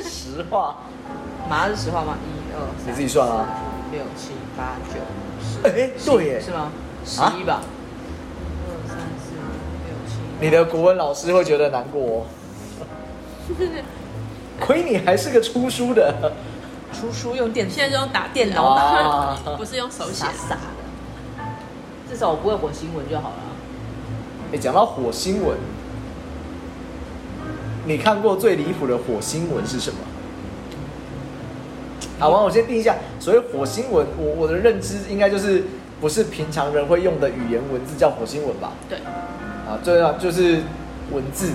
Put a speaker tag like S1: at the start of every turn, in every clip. S1: 实话，马上是实话吗？一二
S2: 你
S1: 三，
S2: 自己算啊
S1: 四六七八九十，
S2: 哎对耶
S1: 是吗？十
S2: 啊
S1: 一吧。二三四五六七八
S2: 你的国文老师会觉得难过、 哦。亏你还是个出书的，
S1: 出书用电
S3: 现在就用打电脑
S2: 啊
S3: 打，不是用手写
S1: 傻。傻的，至少我不会火星文就好了。
S2: 哎，讲到火星文，你看过最离谱的火星文是什么？好，完，我先定一下，所谓火星文，我我的认知应该就是不是平常人会用的语言文字叫火星文吧？
S3: 对，
S2: 啊，最重要就是文字，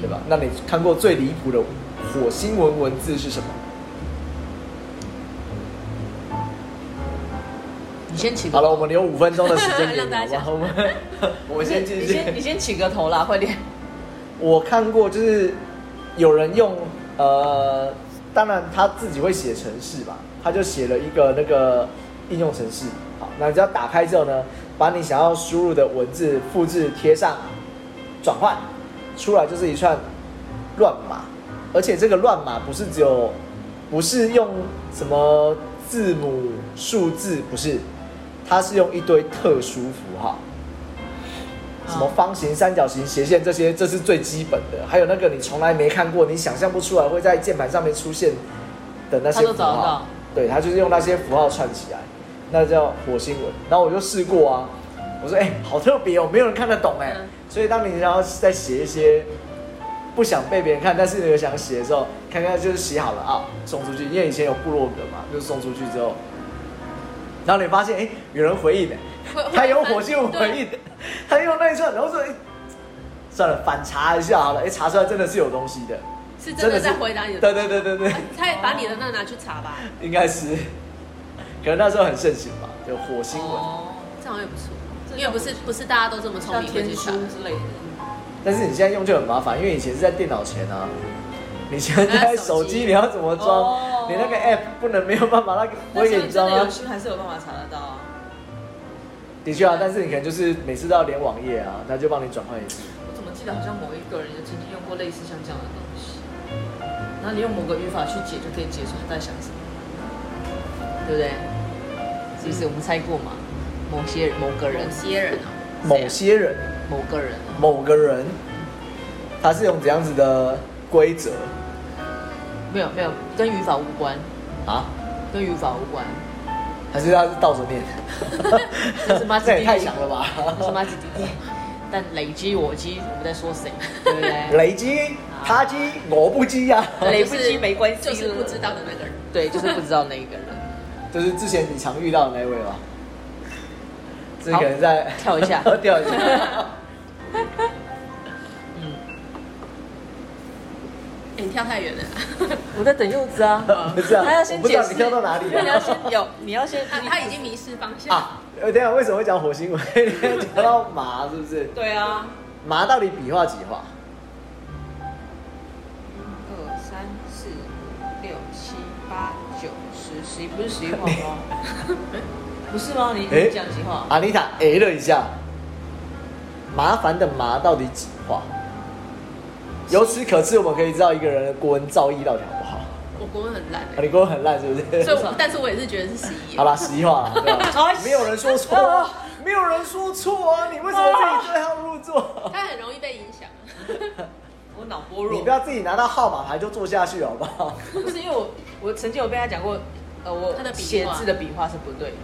S2: 对
S1: 嗯
S2: 吧？那你看过最离谱的火星文文字是什么？
S1: 你先起
S2: 好
S1: 个
S2: 了，我们留五分钟的时间给
S3: 让
S2: 你，
S3: 大
S2: 好
S3: 家
S2: 吧？
S3: 想
S2: 我们 我们先继
S1: 你
S2: 续。
S1: 先你先起个 头啦，快点。
S2: 我看过，就是有人用呃，当然他自己会写程式吧，他就写了一个那个应用程式。好，那你只要打开之后呢，把你想要输入的文字复制贴上，转换出来就是一串乱码，而且这个乱码不是只有，不是用什么字母数字，不是，它是用一堆特殊符号。什
S1: 啊
S2: 么方形、三角形、斜线这些，这是最基本的。还有那个你从来没看过、你想象不出来会在键盘上面出现的那些
S1: 他都
S2: 符
S1: 找得
S2: 号
S1: 到，
S2: 对，他就是用那些符号串起来，那叫火星文。然后我就试过啊，我说哎、好特别哦，没有人看得懂哎、
S3: 嗯
S2: 所以当你然后再写一些不想被别人看，但是你又想写的时候，看看就是写好了啊，送出去。因为以前有部落格嘛，就是送出去之后，然后你发现哎、有人回应的、
S3: 会会
S2: 他有火星文回应的，他用那一串，然后说哎、算了，反查一下好了，哎、查出来真的是有东西的，
S3: 是真的在回答你的。
S2: 对对对对 对，
S3: 他也把你的那拿去查吧。
S2: 应该是，可能那时候很盛行吧，就火星文。
S3: 哦，这好像也不错，因为不是不是大家都这么聪
S1: 像
S3: 明会
S1: 天
S3: 去
S1: 书
S3: 查。
S1: 之类的，
S2: 但是你现在用就很麻烦，因为以前是在电脑前啊，你现在在手机你要怎么装？
S1: 哦
S2: 你那个 app 不能没有办法，那个不会给你
S1: 真
S2: 装
S1: 的
S2: 啊
S1: 有。心还是有办法查得到啊。
S2: 的确啊，但是你可能就是每次都要连网页啊，他就帮你转换一次。
S3: 啊
S1: 我怎么记得好像某一个人就曾经用过类似像这样的东西，然后你用某个语法去解就可以解出他在想什么，对不对？其实我们猜过嘛，某些人某个人
S3: 某些人啊，
S2: 某些人，
S1: 某个人啊
S2: 某个人，他是用怎样子的规则
S1: 没有没有跟语法无关，
S2: 啊？
S1: 跟语 法无关，
S2: 还是他是倒着念？
S1: 这是 妈
S2: 这也太强了吧！
S1: 这是妈吉弟弟，但累积我积，我们在说谁，对 不对？
S2: 雷击，他击，我不击呀、啊。
S1: 累不积没关系，
S3: 就是不知道的那个人。
S1: 对，就是不知道那一个人。
S2: 就是之前你常遇到的那位吧？这
S1: 好
S2: 可能在
S1: 跳一下
S2: 跳一 下。，
S1: 嗯，
S3: 哎你跳太 远了啊，
S1: 我在等柚子啊
S2: 不是啊
S1: 他要先
S2: 我不知
S1: 解
S2: 道
S1: 释
S2: 你跳到哪里了
S1: 你要先有，你要先
S3: 他他已经迷失方向。
S2: 啊，呃，等一下为什么会讲火星文？ 讲到麻是不是？
S1: 对啊，
S2: 麻到底笔画几画？
S1: 二三四五六七八九十十一，不是十一号 吗？不是吗？你
S2: 哎
S1: 你讲几号？
S2: 阿妮塔 A 了一下，麻烦的麻到底几画？由此可知，我们可以知道一个人的国文造诣到底好不好。
S3: 我国文很烂
S2: 啊
S3: 欸，
S2: 你国文很烂是不
S3: 所以
S2: 是？
S3: 我但是我也是觉得是十一
S2: 好。啦，十一画啦，对 吧
S1: 哎呀
S2: 没有人说错啊，没有人说错啊，你为什么自己对号入 座？
S3: 他很容易被影响，
S1: 我脑波
S2: 你不要自己拿到号码牌就坐下去好不好？
S1: 不是因为我我曾经有被他讲过，呃，我
S3: 他的笔画
S1: 写字的笔画是不对的，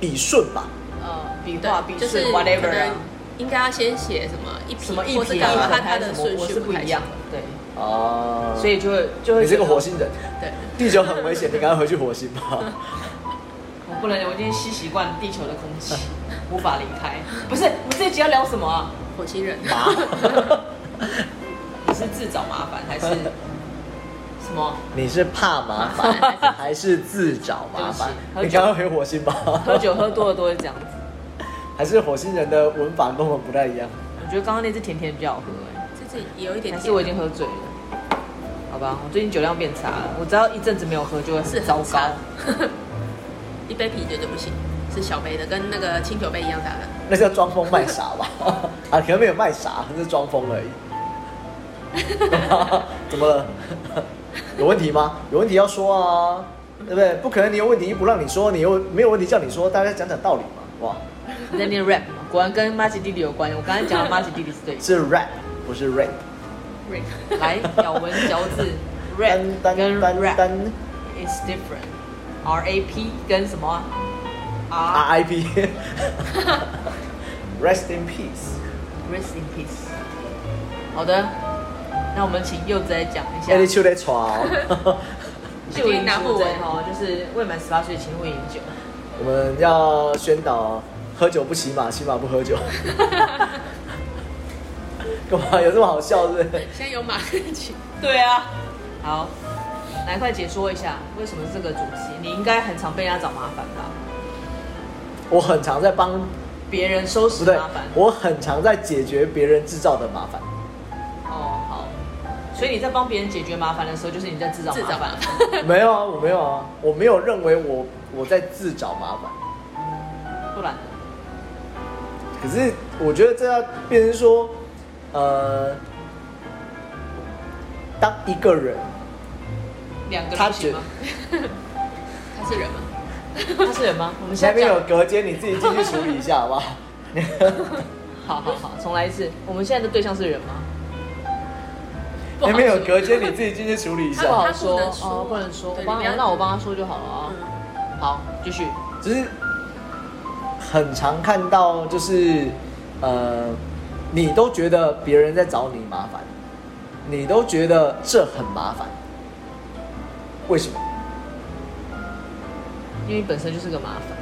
S2: 笔顺吧，
S1: 呃，笔画
S3: 对，
S1: 笔
S3: 就
S1: 顺
S3: 是可
S1: whatever 啊
S3: 能应该要先写什么一
S1: 什么
S3: 撇
S1: 一
S3: 或是
S1: 撇
S3: 干
S1: 啊
S3: 嘛，
S1: 排
S3: 它它的
S1: 什么
S3: 顺
S1: 我
S3: 序
S1: 是不
S3: 太
S1: 一样
S3: 像
S1: 的。，对，
S2: 哦，
S1: 所以就会就会
S2: 你是个
S1: 觉得
S2: 火星人，
S3: 对，
S2: 地球很危险，你赶快回去火星 吧。
S1: 我哦不能，我已经吸习惯地球的空气，无法离开。不是，我们这一集要聊什么啊？
S3: 火星人。
S2: 麻，
S1: 你是自找麻烦还是什么？
S2: 你是怕麻烦还是自找麻烦？你
S1: 对不起
S2: 赶快回火星吧。
S1: 喝酒喝多了都会这样子。
S2: 还是火星人的文法跟我们不太一样。
S1: 我觉得刚刚那只甜甜比较好喝、欸，
S3: 这次有一点
S1: 还
S3: 甜，
S1: 是我已经喝醉了。好吧，我最近酒量变差了，我只要一阵子没有喝就会
S3: 是
S1: 很糟
S3: 很
S1: 糕
S3: 差。 一杯啤酒就不行，是小杯的，跟那个清酒杯一样大的。
S2: 那叫装疯卖傻 吧？啊，可能没有 卖傻，那是装疯而已。怎么了？有问题吗？有问题要说啊，对不对？不可能你有问题不让你说，你又没有问题叫你说，大家讲讲道理嘛，哇，
S1: 你在念 rap 嘛，果然跟马吉弟弟有关。我刚才讲的马吉弟弟是对的。
S2: 是 rap 不是 rap。
S3: Rape
S1: 来，咬文嚼字，rap
S2: 单单
S1: 跟
S2: 单
S1: rap
S2: 单
S1: is different。R A P 跟什么啊
S2: R
S1: ？R
S2: I P。Rest in peace。
S1: rest in peace。好的，那我们请柚子来讲一下
S2: 哎，。你手在喘哦。
S1: 就饮酒醉哈，哦就是未满十八岁请勿饮酒。
S2: 我们要宣导喝酒不骑马，骑马不喝 酒。干嘛？有这么好笑是不是？
S3: 现在有马克奇，
S1: 对啊，好，来快解说一下为什么是这个主题？你应该很常被人家找麻烦吧？
S2: 我很常在帮，
S1: 别人收
S2: 不
S1: 拾
S2: 对
S1: 麻烦，。
S2: 我很常在解决别人制造的麻烦。
S1: 哦，好。所以你在帮别人解决麻烦的时候，就是你在制造
S3: 自找
S1: 麻
S3: 麻
S1: 烦。
S3: 烦。
S2: 没有啊，我没有啊，我没有认为我我在自找麻烦。
S1: 不然呢，
S2: 可是我觉得这要变成说，呃，当一个人
S1: 两个
S2: 他
S1: 不行
S2: 觉
S1: 吗？
S3: 他是人吗？
S1: 他是人吗？ 我们
S2: 前
S1: 现在
S2: 面
S1: 讲
S2: 有隔间，你自己进去处理一下好不 好？
S1: 好好好，重来一次。我们现在的对象是人吗？
S3: 不好
S2: 前面哎有
S3: 说
S2: 隔间，你自己进去处理一
S3: 对
S1: 不
S2: 下。
S1: 好
S3: 他不
S1: 说
S3: 能说啊
S1: 哦，不能说。
S3: 对
S1: 我
S3: 你
S1: 帮
S3: 不要
S1: 那我帮他说就好了啊。
S3: 嗯，
S1: 好，继续。
S2: 就是很常看到，就是呃，你都觉得别人在找你麻烦，你都觉得这很麻烦，为什么？
S1: 因为你本身就是个麻 烦。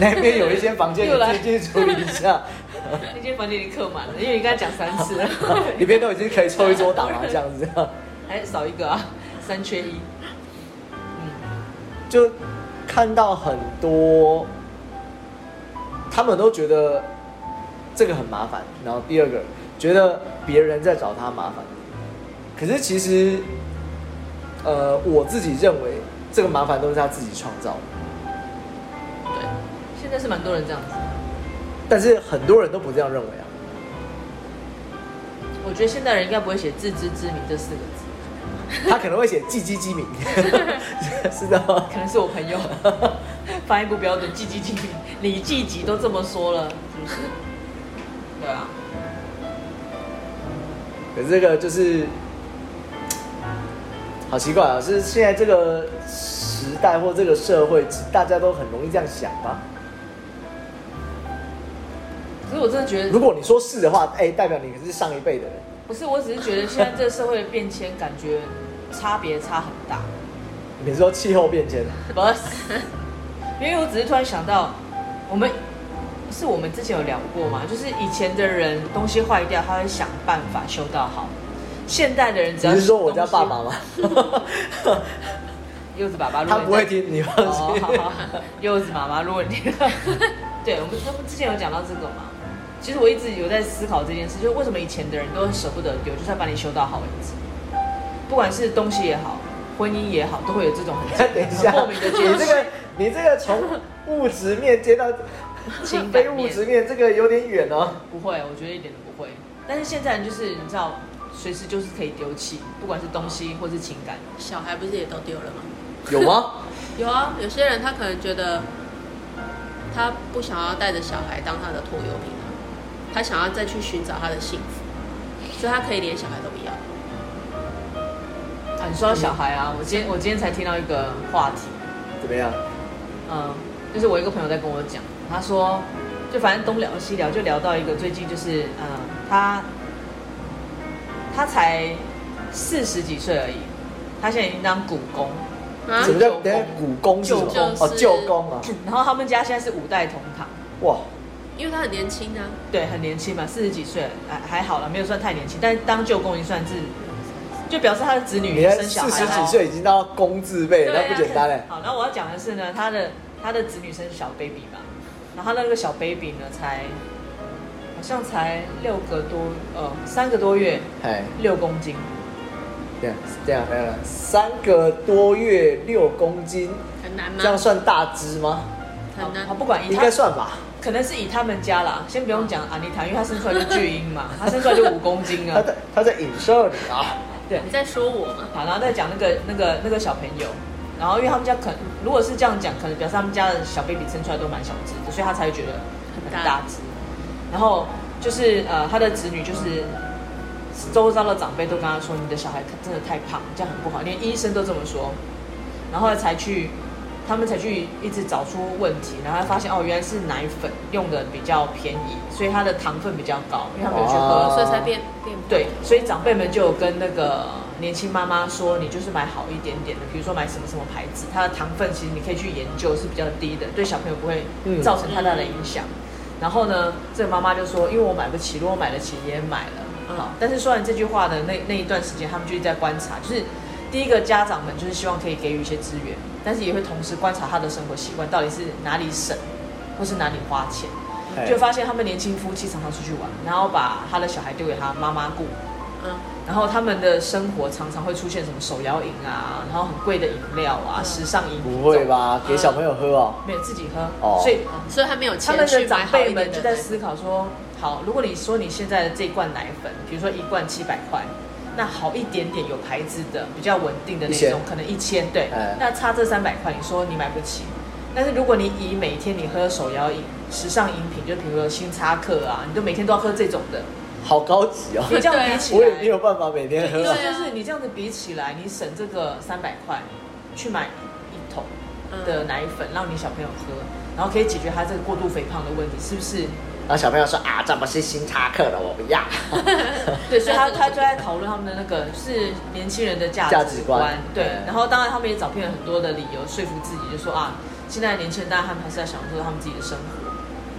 S2: 那边有一间房间，
S1: 又来
S2: 你自己进去处理一 下。
S1: 那间房间已经客满了，因为你刚才讲三次了，
S2: 里面都已经可以抽一桌打麻将这样，
S1: 还少一个啊，三缺一。嗯，
S2: 就看到很多，他们都觉得这个很麻烦，然后第二个觉得别人在找他麻烦，可是其实，呃，我自己认为这个麻烦都是他自己创造的，
S1: 对。现在是蛮多人这样子，
S2: 但是很多人都不这样认为啊。
S1: 我觉得现代人应该不会写“自知之明”这四个字，
S2: 他可能会写“技击机敏”， 是的吗？
S1: 可能是我朋友 翻译不标准，“季季季”，李季季都这么说了，是不是？对啊，
S2: 可是这个就是好奇怪啊！就是现在这个时代或这个社会，大家都很容易这样想吧？
S1: 可是我真的觉得
S2: 如果你说是的话，哎、代表你是上一辈的人。
S1: 不是，我只是觉得现在这个社会的变迁感觉差别差很大，
S2: 你说气候变迁，
S1: 不是？ 因为我只是突然想到，我们是我们之前有聊过嘛，就是以前的人东西坏掉，他会想办法修到好。现代的人只
S2: 你
S1: 要
S2: 是说我家爸爸
S1: 吗？
S2: 吗？
S1: 柚子爸爸，如果
S2: 他
S1: 你
S2: 不会
S1: 在
S2: 听，你放
S1: 哦，
S2: 心。
S1: 好好好，柚子妈妈，如果你 对我们那不之前有讲到这个嘛，其实我一直有在思考这件事，就是为什么以前的人都很舍不得丢，就是要把你修到好为止，不管是东西也好，婚姻也好，都会有这种很
S2: 等一下，
S1: 很莫名的坚
S2: 你这
S1: 持。
S2: 个你这个从物质面接到
S1: 情感
S2: 非
S1: 面
S2: 物质面，这个有点远哦。
S1: 不会，我觉得一点都不会。但是现在人就是你知道，随时就是可以丢弃，不管是东西或是情感。
S3: 小孩不是也都丢了吗？
S2: 有吗？
S3: 有啊，有些人他可能觉得他不想要带着小孩当他的拖油瓶啊，他想要再去寻找他的幸福，所以他可以连小孩都不要。
S1: 啊，你说到小孩啊，我今天我今天才听到一个话题，
S2: 怎么样？
S1: 嗯，就是我一个朋友在跟我讲，他说，就反正东聊西聊，就聊到一个最近就是，嗯，他他才四十几岁而已，他现在已经当股工，
S3: 啊
S2: 什，么叫
S1: 旧宫
S2: 等一下古宫是什么
S1: 旧宫？
S2: 哦，旧宫啊！
S1: 然后他们家现在是五代同堂，
S2: 哇，
S3: 因为他很年轻啊，
S1: 对，很年轻嘛，四十几岁，还还好了，没有算太年轻，但是当舅公已经算是，就表示他的子女
S2: 你才
S1: 生小孩
S2: 四
S1: 了
S2: 十
S1: 哦
S2: 几岁已经到工字辈了，
S3: 对啊
S2: 那不简单嘞。
S1: 好，那我要讲的是呢，他的他的子女生小 baby 嘛，然后那个小 baby 呢，才好像才六个多呃三个多月，
S2: 哎，
S1: 六公斤，
S2: 这样这样这样，三个多月六公斤，
S3: 很难
S2: 这样
S3: 吗？
S2: 算大只吗？
S3: 很难
S1: 好，。不管以
S2: 应
S1: 他
S2: 该算吧。
S1: 可能是以他们家啦，先不用讲安妮塔，因为她生出来就巨婴嘛，她生出来就五公斤
S2: 他
S1: 啊，
S2: 在他在影射你啊！
S1: 对
S3: 你在说我吗？
S1: 好，然后再讲那个那个那个小朋友，然后因为他们家可能如果是这样讲，可能表示他们家的小 baby 生出来都蛮小只的，所以他才会觉得很大只。然后就是呃，他的子女就是周遭的长辈都跟他说，你的小孩真的太胖，这样很不好，连医生都这么说。然后才去，他们才去一直找出问题，然后才发现哦，原来是奶粉用的比较便宜，所以它的糖分比较高，因为他们有去喝
S2: 哦
S3: 所以才变变胖
S1: 对，所以长辈们就有跟那个年轻妈妈说，你就是买好一点点的，比如说买什么什么牌子，它的糖分其实你可以去研究是比较低的，对小朋友不会
S2: 嗯
S1: 造成太大的影响。然后呢，这个妈妈就说，因为我买不起，如果买得起也买了。
S3: 嗯
S1: 好，但是说完这句话的那那一段时间，他们就一直在观察，就是第一个家长们就是希望可以给予一些资源，但是也会同时观察他的生活习惯到底是哪里省，或是哪里花钱。
S2: 哎
S1: 就发现他们年轻夫妻常常出去玩，然后把他的小孩丢给他妈妈顾，
S3: 嗯，
S1: 然后他们的生活常常会出现什么手摇饮啊，然后很贵的饮料啊，
S3: 嗯
S1: 时尚饮品
S2: 不会？吧？
S3: 嗯
S2: 给小朋友喝哦。
S1: 没有自己喝，
S2: 哦
S1: 所以
S3: 所以他没有
S1: 他
S3: 钱
S1: 们
S3: 去
S1: 的
S3: 买
S1: 长
S3: 好
S1: 辈
S3: 一点
S1: 们
S3: 的
S1: 就
S3: 奶
S1: 在思考说：好，如果你说你现在的这罐奶粉，比如说一罐七百块，那好一点点有牌子的、比较稳定的
S2: 一
S1: 那
S2: 千
S1: 种，可能一千，对，
S2: 哎
S1: 那差这三百块，你说你买不起。但是如果你以每天你喝手摇饮、时尚饮品，就比如说星巴克啊，你都每天都要喝这种 的，
S2: 好高级哦！
S1: 你这样比起来，啊
S2: 我也没有办法每天喝
S1: 对
S2: 啊。
S3: 对啊
S1: 就是你这样子比起来，你省这个三百块去买一桶的
S3: 嗯，
S1: 奶粉让你小朋友喝，然后可以解决他这个过度肥胖的问题，是不是？
S2: 然后小朋友说啊，这不是星巴克的，我不要。
S1: 对，所以他他就在讨论他们的那个就是年轻人的价
S2: 价值
S1: 值
S2: 观
S1: 观，对
S2: 对。
S1: 然后当然他们也找遍了很多的理由说服自己，就说啊，现在的年轻人当然他们还是在享受他们自己的生活，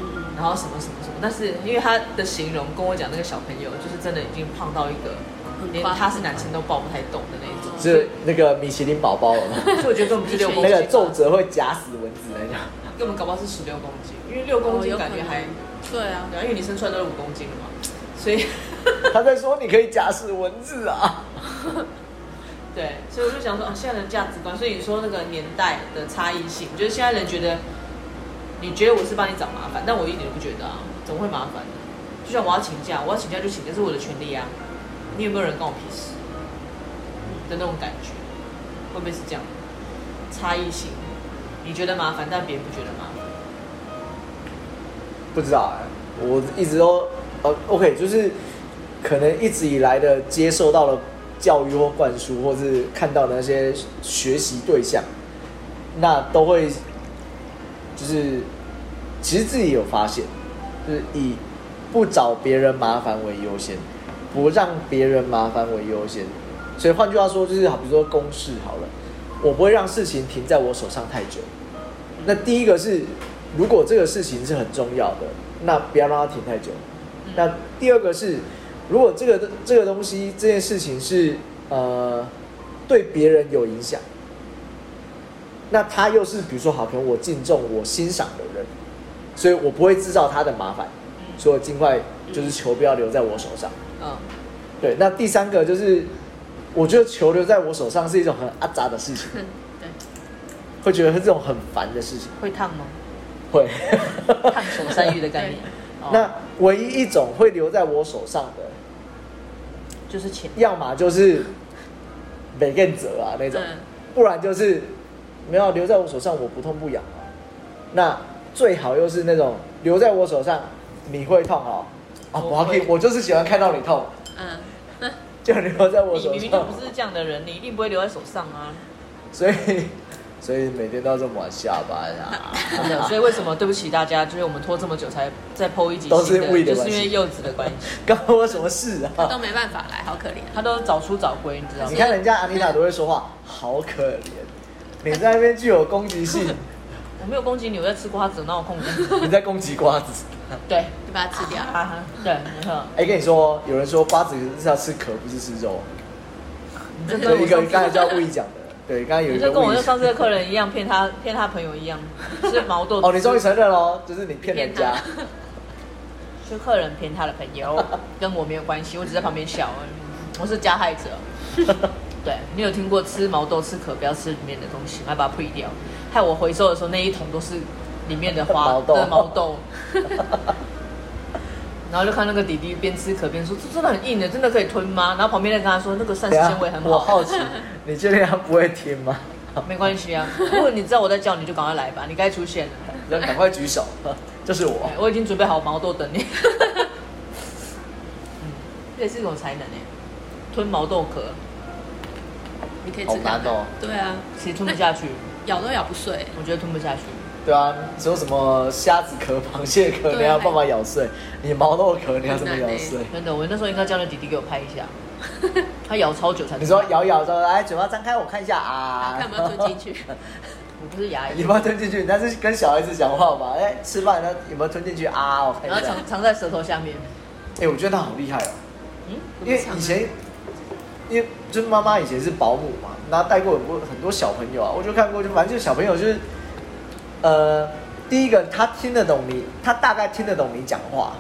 S3: 嗯
S1: 然后什么什么什么，但是因为他的形容跟我讲那个小朋友就是真的已经胖到一个
S3: 很
S1: 连
S3: 夸张
S1: 他是男生都抱不太动的那一种，
S2: 是那个米其林宝宝了吗？
S1: 所以我觉得根本不是六公
S2: 那
S1: 斤
S2: 个
S1: 啊
S2: 皱褶会夹死蚊子那种。
S1: 根本搞不好是十六公斤，因为六
S3: 嗯，
S1: 公
S3: 哦
S1: 斤
S3: 有可
S1: 感觉
S3: 能
S1: 还，
S3: 对啊，
S1: 对啊，因为你生出来都是五公斤了嘛， 所以
S2: 他在说你可以夹死蚊子啊。
S1: 对，所以我就想说，啊，现在的价值观，所以你说那个年代的差异性，就是现在人觉得，你觉得我是帮你找麻烦，但我一点都不觉得啊，怎么会麻烦呢？就像我要请假，我要请假就请假，这是我的权利啊，你有没有人关我屁事的那种感觉，会不会是这样？差异性，你觉得麻烦，但别人不觉得麻烦，
S2: 不知道哎、我一直都呃 OK，就是可能一直以来的接受到了教育或灌输，或是看到的那些学习对象，那都会就是其实自己有发现，就是以不找别人麻烦为优先，不让别人麻烦为优先。所以换句话说，就是好，比如说公事好了，我不会让事情停在我手上太久。那第一个是，如果这个事情是很重要的，那不要让它停太久。那第二个是，如果这个这个东西这件事情是呃对别人有影响，那他又是比如说好，可能我敬重我欣赏的人，所以我不会制造他的麻烦，所以我尽快就是球不要留在我手上。
S1: 嗯，
S2: 对，那第三个就是，我觉得球留在我手上是一种很阿杂的事情，
S3: 哼对，
S2: 会觉得是这种很烦的事情，
S1: 会烫吗？
S2: 会。。
S1: 烫手山芋的概念哦
S2: 那唯一一种会留在我手上的，
S1: 就是钱，
S2: 要么就是美更者啊那种，
S3: 嗯
S2: 不然就是没有留在我手上，我不痛不痒啊。那最好又是那种留在我手上，你会痛哦，啊，不要
S1: 我会
S2: 紧，我就是喜欢看到你痛，
S3: 嗯，
S2: 就留在我
S1: 你
S2: 手
S1: 明明就
S2: 上
S1: 不。是这样的人，你一定不会留在手上啊。
S2: 所以，所以每天都要这么晚下班啊。
S1: 真的，所以为什么对不起大家，就是我们拖这么久才再剖一集新的，
S2: 都是为了
S1: 就
S2: 关系
S1: 是因为柚子的关 系，
S2: 关我什么事
S3: 他嗯都
S2: 啊？
S3: 没办法来，好可怜啊。
S1: 他都早出早归，你知道
S2: 你
S1: 吗？
S2: 看人家安妮塔都会说话，好可怜。你在那边具有攻击性，
S1: 我没有攻击你，我在吃瓜子，那我控制你。
S2: 你在攻击瓜子。
S1: 对，
S3: 你把它吃掉，
S1: 啊哈，对，你看，
S2: 哎、跟你说，有人说瓜子是要吃壳，不是吃肉。
S1: 你这
S2: 这
S1: 跟
S2: 一
S1: 我
S2: 个
S1: 上
S2: 刚才
S1: 次，
S2: 叫魏讲的，对，刚才有一
S1: 你
S2: 个
S1: 就跟我
S2: 魏
S1: 那。上次的客人一样，骗他骗他朋友一样，是毛豆。
S2: 哦，你终于承认了哦，就是你骗人家。
S1: 是客人骗他的朋友，跟我没有关系，我只在旁边笑而已，我是加害者。对，你有听过吃毛豆吃壳不要吃里面的东西，还把它呸掉，害我回收的时候那一桶都是里面的花
S2: 毛豆
S1: 那毛豆。然后就看那个弟弟边吃可边说：“这真的很硬的，真的可以吞吗？”然后旁边的跟他说：“那个膳食纤维很
S2: 啊我
S1: 好。”
S2: 好奇，你确定他不会听吗？
S1: 没关系啊，如果你知道我在叫你，就赶快来吧，你该出现了。
S2: 人赶快举手， 就是我。
S1: 我已经准备好毛豆等你。 嗯，这也是一种才能诶，吞毛豆壳，
S3: 你可以
S2: 好
S3: 吃看
S2: 难
S3: 看
S2: 哦
S3: 对啊，
S1: 其实吞不下去，
S3: 咬都咬不碎。
S1: 我觉得吞不下去。
S2: 对啊，你说什么虾子壳、螃蟹壳，
S3: 对
S2: 你要办法咬碎；你毛豆壳，你要怎么
S3: 很难
S2: 咬
S3: 欸
S2: 碎？
S1: 真的，我那时候应该叫那弟弟给我拍一 下，他咬超久才。
S2: 你说，咬咬着，来嘴巴张开，我看一下啊
S3: 看，有没有吞进去？
S1: 我不是牙
S2: 你
S1: 龈，
S2: 把它吞进去，但是跟小孩子讲话吧，哎、吃饭呢有没有吞进去啊？我看
S1: 然后
S2: 一下。
S1: 藏藏在舌头下面。
S2: 哎、我觉得他好厉害哦，
S1: 嗯，
S2: 因为以前，因为就是妈妈以前是保姆嘛，然后带过很多很多小朋友啊，我就看过，就反正就是小朋友就是，呃，第一个他听得懂你，他大概听得懂你讲话，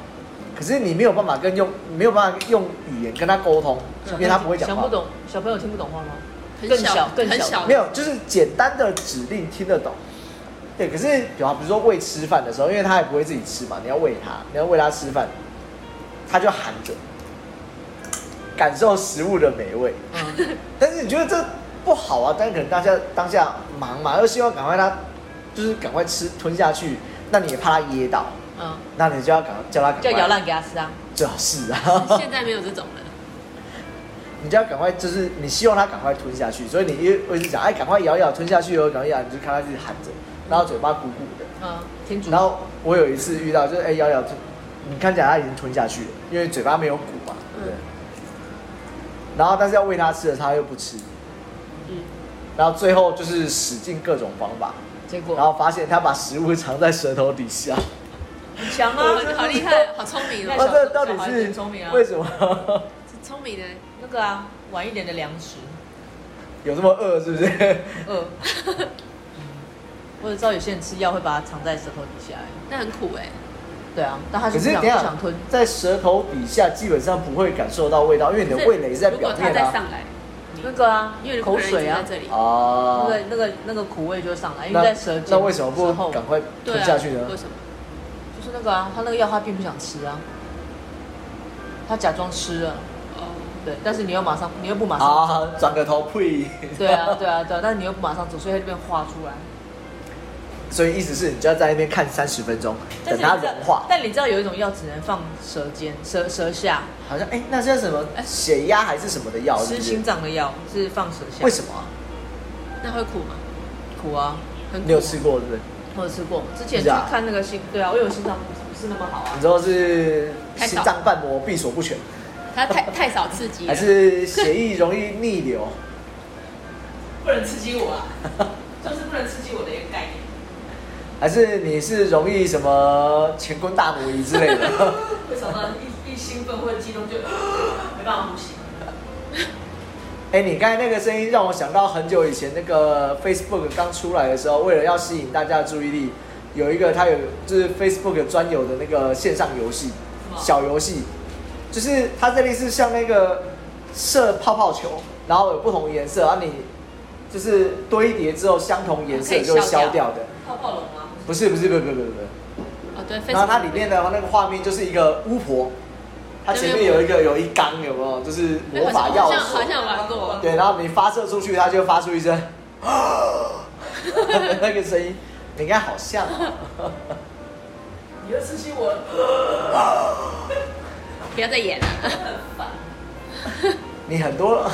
S2: 可是你没有办法跟用没有办法用语言跟他沟通，因为他不会讲话，
S1: 想不懂，小朋友听不懂话吗？
S3: 很
S1: 更
S3: 小
S1: 小，更
S3: 很
S1: 小
S3: 小
S2: 没有，就是简单的指令听得懂。对，可是比方比如说喂吃饭的时候，因为他也不会自己吃嘛，你要喂他，你要喂他吃饭，他就喊着，感受食物的美味。
S1: 嗯，
S2: 但是你觉得这不好啊？但可能当下当下忙嘛，又希望赶快他就是赶快吃吞下去，那你也怕他噎到，
S1: 嗯，
S2: 那你就要赶叫他赶
S1: 就
S2: 快
S1: 摇， 烂给他吃啊。
S2: 最好是啊，
S3: 现在没有这种了。
S2: 你就要赶快就是你希望他赶快吞下去，所以你一我一直讲哎赶快咬一咬吞下去哦，赶快咬，你就看他自己喊着，然后嘴巴鼓鼓的。
S1: 嗯，听主。
S2: 然后我有一次遇到，就是哎咬咬吞，你看起来它已经吞下去了，因为嘴巴没有鼓嘛，对不
S1: 嗯
S2: 对。然后但是要喂它吃的，它又不吃，
S3: 嗯，
S2: 然后最后就是使尽各种方法，
S1: 结果
S2: 然后发现它把食物藏在舌头底下。
S1: 很强
S2: 我
S1: 啊
S2: 真，的
S3: 好厉害，好聪明
S1: 那
S2: 啊，
S1: 小
S3: 哦，
S2: 这到底
S1: 小孩子
S2: 是
S1: 很聪明啊
S2: 为什么
S3: 聪明呢。
S1: 那个啊，晚一点的粮食，
S2: 有这么饿？是不是？
S1: 饿。我只知道有些人吃药会把它藏在舌头底下，
S3: 那很苦哎，
S1: 对啊，但他
S2: 可
S1: 就是不
S2: 等
S1: 想
S2: 一
S1: 不
S2: 下
S1: 想吞，
S2: 在舌头底下基本上不会感受到味道，因为你的
S3: 可是
S2: 味蕾是在
S3: 如果
S2: 表
S3: 它
S2: 面
S3: 再
S2: 啊。
S3: 上来，
S1: 那个啊
S3: 因为，
S1: 口水啊
S3: 在，这里，
S1: 那
S2: 啊，
S1: 个那个那个苦味就上来，因
S2: 那
S1: 为在舌尖
S2: 那为什么
S1: 之
S2: 不
S1: 后
S2: 赶快
S3: 对
S2: 吞
S3: 啊，
S2: 下去呢
S3: 为？什么？
S1: 就是那个啊，他那个药他并不想吃啊，他假装吃了，
S3: 哦，
S1: 对，但是你又马上你又不马上，
S2: 啊，转个头呸！
S1: 对啊对啊对啊，但是你又不马上走，所以他就变化出来。
S2: 所以意思是你就要在那边看三十分钟，
S1: 但
S2: 等
S1: 是
S2: 它
S1: 你知道
S2: 融化。
S1: 但你知道有一种药只能放舌尖、舌舌下，
S2: 好像哎、那是什么
S3: 哎
S2: 血压还是什么的药？是
S1: 吃
S2: 不是
S1: 心脏的药是放舌下。
S2: 为什么啊、
S3: 那会苦吗？
S1: 苦啊？
S3: 很苦。
S2: 你有吃？过是不是？
S1: 我有吃过，之前
S2: 是
S1: 去
S2: 啊
S1: 看那个心，对啊，我有心脏不是那么好啊
S2: 你。说是
S3: 太少
S2: 心脏瓣膜闭锁不全，
S3: 它太太少刺激了
S2: 还。是血液容易逆流？
S1: 不能刺激我啊， 就是不能刺激我的一个概念。
S2: 还是你是容易什么乾坤大挪移之类的？
S1: 为什么一一兴奋或者激动就 没办法呼吸？
S2: 哎、你刚才那个声音让我想到很久以前那个 Facebook 刚出来的时候，为了要吸引大家的注意力，有一个它有就是 Facebook 专有的那个线上游戏
S1: 么
S2: 小游戏，就是它这里是像那个射泡泡球，然后有不同颜色，然后你就是堆叠之后相同颜色就会消掉的。
S1: 泡泡龙啊，
S2: 不是不是不是不是不是不是，
S3: 哦，对，非
S2: 然后
S3: 常
S2: 它里面的那个画面就是一个巫婆，它前面有一个有一缸有没有？就是魔法
S3: 好
S2: 药
S3: 像
S2: 水
S3: 好。像玩过，
S2: 对，然后你发射出去，它就会发出一声 那个声音，你看好像、哦，
S1: 你又刺激我了，
S3: 不要再演了。
S1: 很烦。
S2: 你很多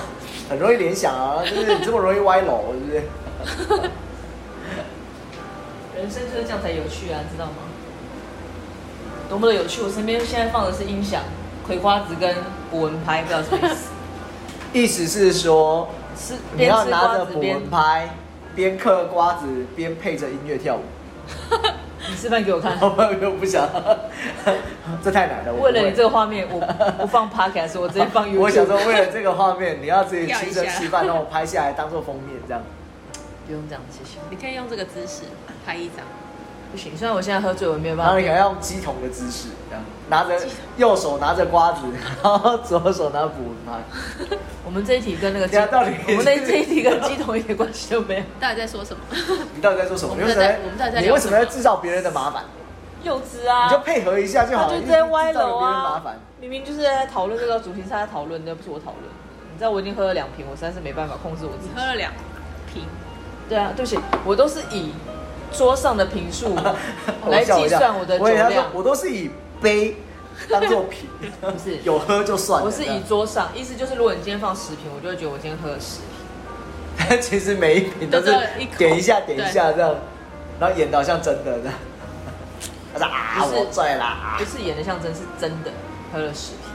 S2: 很容易联想啊，就是你这么容易歪楼，是不是？
S1: 人生就是这样才有趣啊，知道吗？多么的有趣！我身边现在放的是音响，葵花籽跟捕蚊拍，不知道什么 意思。
S2: 意思是说，
S1: 吃
S2: 你
S1: 边
S2: 要
S1: 吃
S2: 拿
S1: 瓜
S2: 着
S1: 子
S2: 捕
S1: 边
S2: 蚊，拍，边嗑瓜子，边配着音乐跳舞。
S1: 你示范给我看。
S2: 我又不想，这太难了。我不
S1: 为
S2: 会
S1: 了你这个画面，我不放 podcast，我直接放 YouTube。
S2: 我想说，为了这个画面，你要自己亲身示范，然后拍下来当做封面这样。
S1: 不用这样，谢谢。
S3: 你可以用这个姿势拍一张，
S1: 不行，虽然我现在喝醉，我没有
S2: 然后
S1: 办
S2: 你
S1: 法。
S2: 可能要用鸡桶的姿势，这样拿着右手拿着瓜子，然后左手拿捕蚊拍。
S1: 我们这一题跟那个鸡
S2: 等一下到底
S1: 我们那这一题跟鸡同一点关 系都没有。
S3: 到底在说什么？
S2: 你到底在做什么？
S3: 我
S2: 你
S3: 们
S2: 为
S3: 在
S2: 什么
S3: 我们到底在
S2: 你
S3: 聊
S2: 为什么要
S3: 什么
S2: 制造别人的麻烦？
S1: 幼稚啊，
S2: 你就配合一下就
S1: 他
S2: 好了，
S1: 就
S2: 你
S1: 直接歪楼
S2: 别人麻
S1: 啊
S2: 烦。！
S1: 明明就是在讨论这个主题是他在讨论，那不是我讨论。你知道我已经喝了两瓶，我实在是没办法控制我自
S3: 你
S1: 己。
S3: 喝了两瓶，
S1: 对啊，对不起，我都是以桌上的瓶 数来
S2: 笑
S1: 计
S2: 一下
S1: 算我的酒
S2: 我以为他说
S1: 量，
S2: 我都是以杯当做瓶，
S1: 不是
S2: 有喝就算了。
S1: 我是以桌上，意思就是如果你今天放十瓶，我就会觉得我今天喝了十 瓶。
S2: 但 其实每一瓶都是
S3: 就只 有一口
S2: 点一下点一下这样，然后演到像真的这样。他说啊，
S1: 不是
S2: 我醉啦！啊
S1: 不是演的像真，是真的喝了十瓶。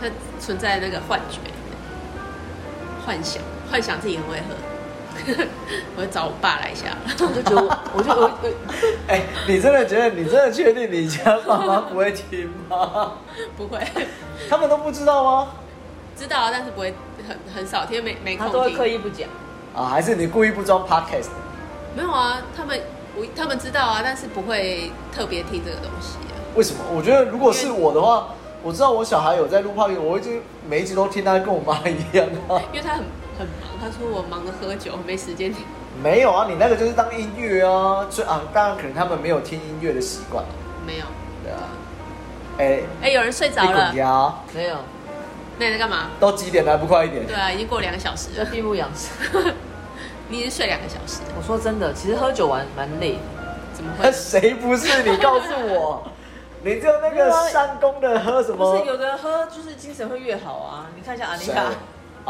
S3: 它存在那个幻觉、幻想，幻想自己很会喝。 我会找我爸来一下，
S1: 我就觉得我，我就我我
S2: 哎、你真的觉得你真的确定你家爸妈不会听吗？
S3: 不会
S2: 他们都不知道吗？
S3: 知道啊，但是不会很很少听，没没空
S1: 他
S3: 听。
S1: 都会刻意不讲，
S2: 啊，还是你故意不装 podcast？
S3: 没有啊，他们我他们知道啊，但是不会特别听这个东西、啊。
S2: 为什么？我觉得如果是我的话，我知道我小孩有在录 podcast，我已经每一集都听他跟我妈一样啊。
S3: 因为他很很忙，他说我忙着喝酒，没时间听。
S2: 没有啊，你那个就是当音乐啊，所以啊，当然可能他们没有听音乐的习惯，
S3: 没有。
S2: 对啊。哎、
S3: 哎、有人睡着
S2: 你
S3: 了
S2: 滚，呀！
S1: 没有，
S3: 那你在干嘛？
S2: 都几点了还不快一点？
S3: 对啊，已经过两个小时
S1: 这
S3: 了，
S1: 闭目养神。
S3: 你已经睡两个小时了，
S1: 我说真的，其实喝酒玩蛮累的，
S3: 怎么
S2: 那
S1: 呃
S3: 会？
S2: 谁不是？你告诉 我，你就那个
S3: 啊
S2: 山东的喝什
S1: 不
S2: 么
S1: 是？有的人喝就是精神会越好啊。你看一下阿妮
S2: 谁
S1: 卡，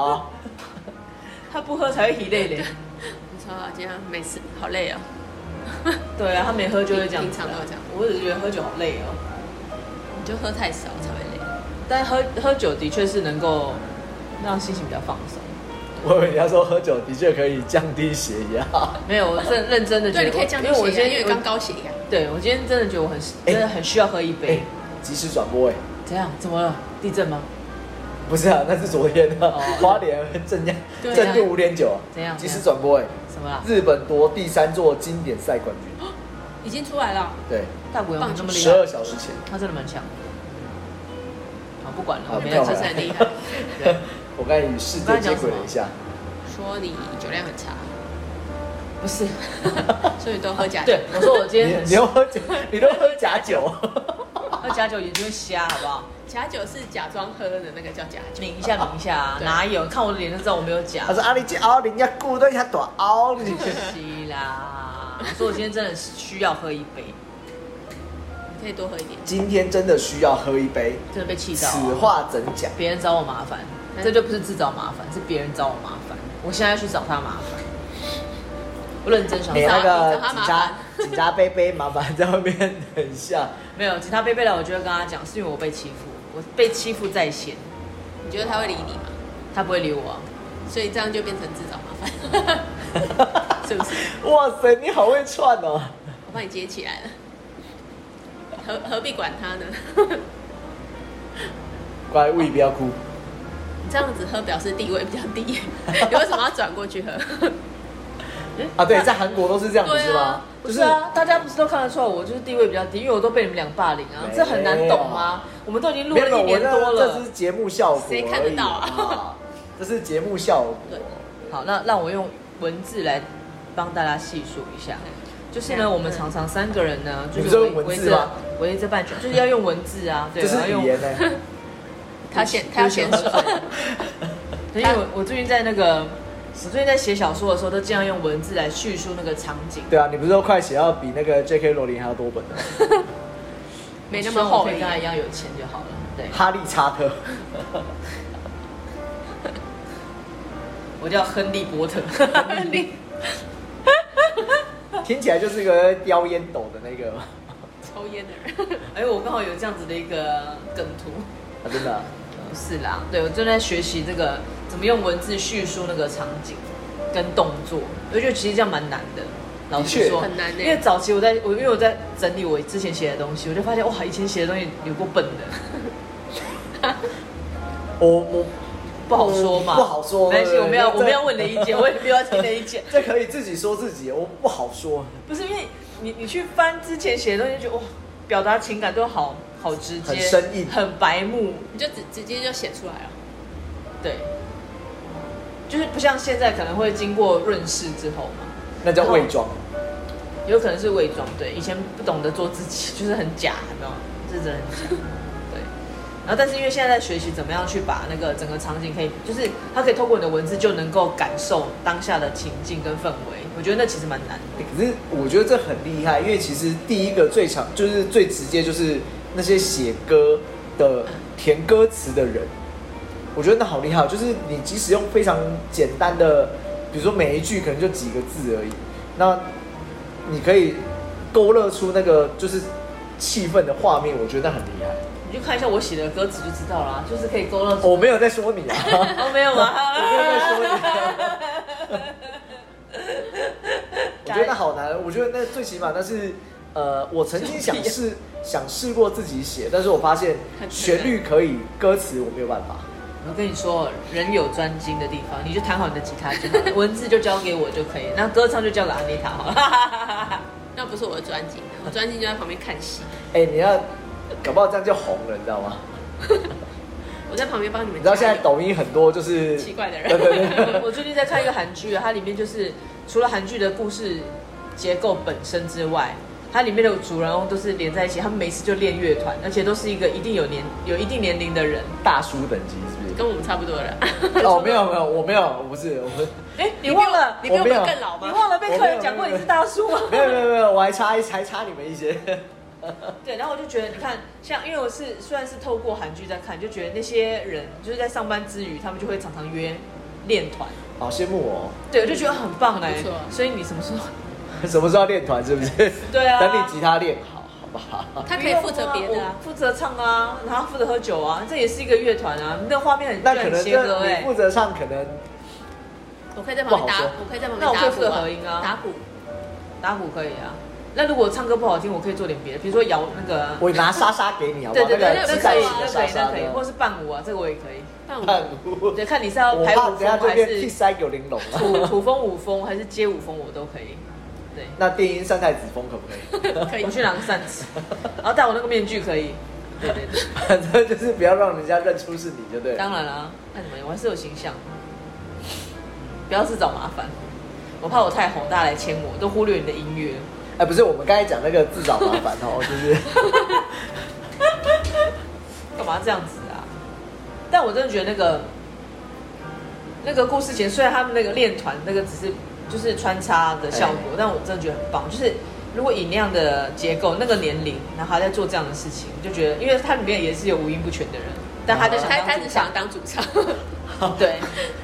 S2: 啊，
S1: 她不喝才会疲累嘞。
S3: 你说啊，今天没事，好累哦。
S1: 对啊，她没喝就会这样子啊，
S3: 平常都会这样
S1: 我只是觉得喝酒好累哦，
S3: 你就喝太少才会累。
S1: 但喝喝酒的确是能够让心情比较放松。
S2: 我以为你要说喝酒的确可以降低血压。
S1: 没有，我真认真的觉
S3: 对，
S1: 得
S3: 你
S1: 我，
S3: 可以这样，啊
S1: 因为我今天
S3: 因为刚，高血压，
S1: 我对我今天真的觉得我很
S2: 哎
S1: 真的很需要喝一
S2: 哎、
S1: 杯。
S2: 即时转播哎、
S1: 怎样？怎么了？地震吗？
S2: 不是啊，那是昨天的、
S1: 哦
S2: 花莲正压
S3: 对啊
S2: 正度五点九啊，
S1: 怎样
S2: 即时转播哎、
S1: 什么啦？
S2: 日本夺第三座经典赛冠军，
S3: 已经出来了。
S2: 对，
S1: 大谷有没有那么厉
S2: 十二
S1: 害？
S2: 小时前。
S1: 他真的蛮强的。好，不管了，
S2: 好
S1: 我没
S3: 跳
S1: 有
S3: 回
S1: 精
S3: 来
S1: 神
S3: 很厉害
S1: 对
S2: 我刚才与世界接轨了一下，
S3: 说你酒量很差，
S1: 不是。
S3: 所以你都喝假酒。
S1: 啊对，我说我今
S2: 你
S1: 天很
S2: 你又喝酒，你都喝假酒，
S1: 喝假酒眼睛会瞎，好不好？
S3: 假酒是假装喝的那个叫假酒。
S1: 抿一下，抿一下啊，
S3: 对
S1: 哪有？看我的脸就知道我没有假
S2: 他。 说啊，你这熬人家顾到一下短熬你。
S1: 是啦，我说我今天真的是需要喝一杯，
S3: 你可以多喝一点。
S2: 今天真的需要喝一杯，
S1: 真的被气到
S2: 此
S1: 啊。
S2: 话怎讲？
S1: 别人找我麻烦，
S3: 嗯
S1: 这就不是自找麻烦，是别人找我麻烦。我现在要去找他麻烦，我认真想
S2: 哎、
S1: 找
S2: 那
S1: 他。
S2: 个
S3: 你找他
S2: 警
S3: 麻
S2: 察
S3: 烦，
S2: 警察贝贝，麻烦在外面等一下。
S1: 没有，其他贝贝来，我就会跟他讲，是因为我被欺负，我被欺负在先，
S3: 你觉得他会理你吗？
S1: 他不会理我啊、
S3: 所以这样就变成自找麻烦， 是不是？
S2: 哇塞，你好会串哦！
S3: 我帮你接起来了，何何必管他呢？
S2: 乖，胃不要哭。
S3: 你这样子喝表示地位比较低， 你为什么要转过 去喝？
S2: 啊，对，在韩国都是这样子
S3: 对啊
S2: 是吗？
S1: 不是啊，大家不是都看得出来我就是地位比较低，因为我都被你们俩霸凌啊
S2: 没，有
S1: 这很难懂吗？我们都已经录
S2: 没有，
S1: 了一
S2: 我
S1: 年多
S2: 那这
S1: 了
S2: 是。节目效果而已，
S3: 谁看得到啊
S2: 这是节目效果。
S3: 对
S1: 好，那让我用文字来帮大家细数一下。就是呢，
S3: 嗯
S1: 我们常常三个人呢，就
S2: 你
S1: 是
S2: 说
S1: 围
S2: 用文
S1: 围
S2: 字
S1: 着
S2: 吗
S1: 围着半圈，就是要用文 字啊，对，
S2: 这是
S1: 然后用
S2: 语言呢、欸
S3: 他先他要先 说，
S1: 因为我我最近在那个，我最近在写小说的时候，都尽量用文字来叙述那个场景。
S2: 对啊，你不是都快写到比那个 J.K. 罗琳还要多本了？
S3: 没那
S1: 希
S3: 么
S1: 望我
S3: 厚
S1: 可
S3: 而
S1: 以
S3: 已
S1: 跟。他一样有钱就好了。对，
S2: 哈利·查特，
S1: 我叫亨利波 特。
S3: 你
S2: 听起来就是个叼烟斗的那个啊嘛
S3: 抽烟的人，
S1: 哎，我刚好有这样子的一个梗图。
S2: 啊，真的啊、
S1: 不是啦，对我正在学习这个怎么用文字叙述那个场景跟动作，我觉得其实这样蛮难的。老实
S2: 确
S1: 说
S3: 很难欸
S1: 因为早期我在我因为我在整理我之前写的东西，我就发现哇，以前写的东西有过笨的，
S2: 我我
S1: 不好说嘛，
S2: 哦不好说
S1: 没关系，
S2: 对
S1: 我们要
S2: 对
S1: 我们要问你的意见，我也没有要听你的意见，
S2: 这可以自己说自己，我不好说，
S1: 不是因为你你去翻之前写的东西，就觉得哇，表达情感都好好直接，
S2: 很生硬
S1: 很白目，
S3: 你就直直接就写出来啊了。
S1: 对，就是不像现在可能会经过润饰之后嘛。
S2: 那叫伪装。
S1: 有可能是伪装，对，以前不懂得做自己，就是很假，有没有？这真的很假，对。然后，但是因为现在在学习怎么样去把那个整个场景可以，就是它可以透过你的文字就能够感受当下的情境跟氛围，我觉得那其实蛮难的。
S2: 欸可是我觉得这很厉害，因为其实第一个最常就是最直接就是那些写歌的填歌词的人，我觉得那好厉害哦，就是你即使用非常简单的，比如说每一句可能就几个字而已，那你可以勾勒出那个就是气氛的画面，我觉得那很厉害。
S1: 你就看一下我写的歌词就知道啦，就是可以勾勒出。
S2: 我没有在说你 啊，
S1: 哦，没有吗？
S2: 我没有在说你、啊。我觉得那好难，我觉得那最起码那是，呃，我曾经想试想试过自己写，但是我发现
S3: 很困难
S2: 旋律可以，歌词我没有办法。
S1: 我跟你说，人有专精的地方，你就弹好你的吉他就好了， 文字就交给我就可以，那歌唱就交给安妮塔好了。
S3: 那不是我的专辑，我专辑就在旁边看戏，
S2: 哎、你要搞不好这样就红了，你知道吗？
S3: 我在旁边帮你们
S2: 你
S3: 加油。
S2: 知道现在抖音很多就是
S3: 奇怪的人
S2: 对对对，
S1: 我最近在看一个韩剧啊，它里面就是除了韩剧的故事结构本身之外，它里面的主人翁都是连在一起，他们每次就练乐团，而且都是一个一定有年有一定年龄的人。
S2: 大叔等级是
S3: 跟我们差不多 了。
S2: 不是？哦，没有没有，我没有，我不是，我不是
S1: 哎、你忘了？
S3: 你
S1: 你
S3: 比我
S2: 我没
S3: 们
S2: 有
S3: 更老吗？
S1: 忘了被客人讲过你是大叔吗？
S2: 没有没有没有，我还差一还差你们一些。
S1: 对，然后我就觉得，你看，像因为我是虽然是透过韩剧在看，就觉得那些人就是在上班之余，他们就会常常约练团，
S2: 好羡慕我、
S1: 对我就觉得很棒哎、
S3: 不错
S1: 所以你什么时候？
S2: 哦， 什么时候要练团是不是？
S1: 对啊
S2: 等你吉他练好，好不好？
S3: 他可以负责别的啊。
S1: 我负责唱啊，然后负责喝酒啊，这也是一个乐团啊，那画面很
S2: 那可能
S1: 很切割
S2: 这
S1: 哎
S2: 你、负责唱，可能
S3: 我可以在旁边
S2: 不好
S3: 打
S2: 说，
S3: 我可以在旁
S1: 那我
S3: 边
S1: 可
S3: 打
S1: 以
S3: 鼓
S1: 负责合音啊
S3: 打鼓。
S1: 打鼓可以啊。那如果唱歌不好听，我可以做点别的，比如说摇那个啊，
S2: 我拿莎莎给你好不
S1: 对
S2: 好？
S1: 对对，
S2: 那
S1: 那
S2: 个
S1: 个
S2: 自
S1: 可
S2: 在
S1: 以，
S2: 型的
S1: 那
S2: 莎
S1: 可以，
S2: 莎
S1: 那可以， 或
S2: 的
S1: 是伴舞啊，这个我也 可以。
S3: 伴舞，
S2: 伴舞。
S1: 对，看你是要
S2: 我
S1: 排
S2: 怕
S1: 舞
S2: 等下
S1: 风
S2: 就
S1: 还
S2: 变第
S1: 是
S2: 塞九玲珑啊
S1: 土
S2: 了。
S1: 土风舞风，还是街舞风，我都可以。对，
S2: 那电音三太子风可不可以？
S3: 可以
S1: 我去拿个扇子，然后啊戴我那个面具可以。对对对，
S2: 反正就是不要让人家认出是你，就对了。
S1: 当然啦、那怎么样？我还是有形象，不要自找麻烦。我怕我太红，大家来签我，都忽略你的音乐。
S2: 哎，不是，我们刚才讲那个自找麻烦 哦，就是
S1: 干嘛这样子啊？但我真的觉得那个那个故事前，虽然他们那个练团那个只是就是穿插的效
S3: 哎
S1: 果，但我真的觉得很棒。就是如果以那样的结构、那个年龄，然后还在做这样的事情，就觉得，因为它里面也是有五音不全的人，但他就想
S3: 哦他
S1: 当
S3: 他只
S1: 主唱
S3: 想，当主 唱，
S1: 对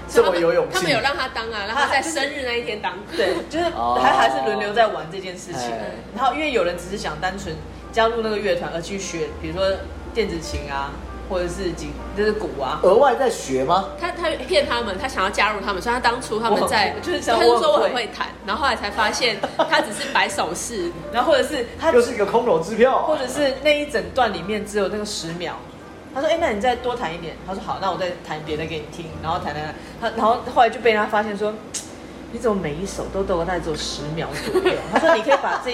S2: 这么有勇气。
S3: 他们有让他当啊，然后他在生日那一天当。
S1: 对，就是
S2: 哦
S1: 还还是轮流在玩这件事情
S2: 哎。
S1: 然后因为有人只是想单纯加入那个乐团而去学，比如说电子琴啊，或者是吉就是鼓啊，
S2: 额外在学吗？
S3: 他他骗他们，他想要加入他们，所以他当初他们在
S1: 我很就是
S3: 他
S1: 想
S3: 就
S1: 我
S3: 说我
S1: 很
S3: 很
S1: 会
S3: 会弹，然后后来才发现他只是摆手势，
S1: 然后或者是他
S2: 又是一个空头支票啊，
S1: 或者是那一整段里面只有那个十秒。他说：“哎、那你再多弹一点。”他说：“好，那我再弹别的给你听。”然后弹弹弹，他然后后来就被他发现说：“你怎么每一首都都大概只有十秒左右？”他说：“你可以把这，